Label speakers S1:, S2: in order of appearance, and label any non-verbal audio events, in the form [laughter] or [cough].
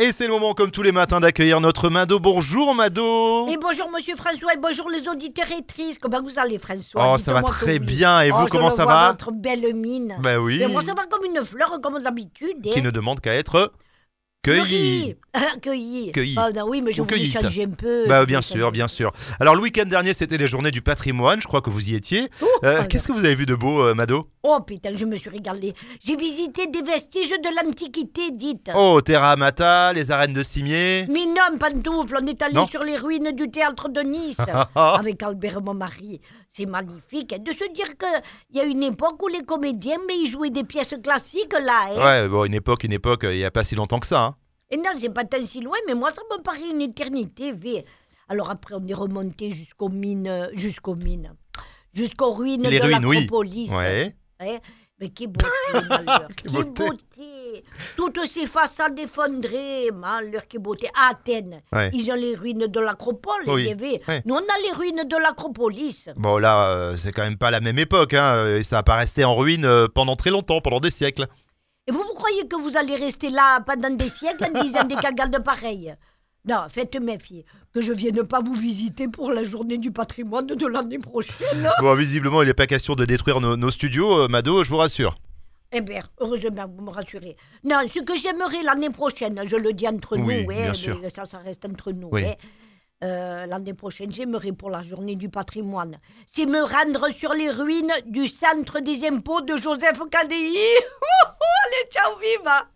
S1: Et c'est le moment, comme tous les matins, d'accueillir notre Mado. Bonjour Mado
S2: Et bonjour Monsieur François et bonjour les auditeurs et tristes. Comment vous allez François
S1: Oh, ça va
S2: Dites-moi que
S1: très
S2: oui.
S1: bien. Et
S2: Oh,
S1: vous,
S2: je
S1: comment
S2: le
S1: ça
S2: vois,
S1: va
S2: Votre belle mine.
S1: Bah oui,
S2: Et moi ça va comme une fleur comme d'habitude.
S1: qui
S2: hein.
S1: ne demande qu'à être cueilli.
S2: [laughs] Cueilli. Cueilli.
S1: Cueilli.
S2: Pardon, Oh, oui, mais je
S1: Ou
S2: voulais
S1: cueillite.
S2: changer un peu.
S1: Bah bien sûr, bien sûr. Alors le week-end dernier, c'était les journées du patrimoine, je crois que vous y étiez.
S2: Oh,
S1: Euh,
S2: pardon.
S1: Qu'est-ce que vous avez vu de beau, euh, Mado
S2: Oh, putain, je me suis regardée. J'ai visité des vestiges de l'Antiquité, dites.
S1: Oh, Terra Amata, les arènes de Cimier.
S2: Mais non, Pantoufle, on est allé
S1: Non.
S2: sur les ruines du théâtre de Nice
S1: Ah,
S2: avec Albert mon mari. C'est magnifique hein, de se dire qu'il y a une époque où les comédiens, mais ils jouaient des pièces classiques là. hein.
S1: ouais, bon, une époque, une époque, euh, il n'y a pas si longtemps que ça. hein.
S2: Et non, c'est pas tant si loin, mais moi, ça me paraît une éternité. vé. Alors après, on est remonté jusqu'aux mines, euh, jusqu'aux mines, jusqu'aux ruines
S1: Les
S2: de
S1: ruines, oui.
S2: l'Acropolis.
S1: Ouais.
S2: Ouais. Mais quelle beauté,
S1: [laughs]
S2: malheur. quelle
S1: beauté.
S2: beauté. Toutes ces façades effondrées, malheur, quelle beauté. À Athènes,
S1: Ouais.
S2: ils ont les ruines de l'Acropole,
S1: Oui,
S2: eh bien,
S1: ouais.
S2: Nous, on a les ruines de l'Acropolis.
S1: Bon là, euh, c'est quand même pas la même époque, hein, euh, et ça n'a pas resté en ruine euh, pendant très longtemps, pendant des siècles.
S2: Et vous, vous croyez que vous allez rester là pendant des siècles en disant des cagades de pareilles Non, faites méfier que je vienne pas vous visiter pour la journée du patrimoine de
S1: [laughs]
S2: l'année prochaine.
S1: Bon, visiblement, il n'est pas question de détruire nos, nos studios, euh, Mado, je vous rassure.
S2: Eh bien, heureusement, vous me rassurez. Non, ce que j'aimerais l'année prochaine, je le dis entre
S1: Oui,
S2: nous, hein,
S1: bien
S2: mais
S1: sûr.
S2: ça, ça reste entre nous.
S1: Oui.
S2: hein. Euh, l'année prochaine, j'aimerais pour la journée du patrimoine, c'est me rendre sur les [laughs] ruines du centre des impôts de Joseph Cadei. Allez, ciao, viva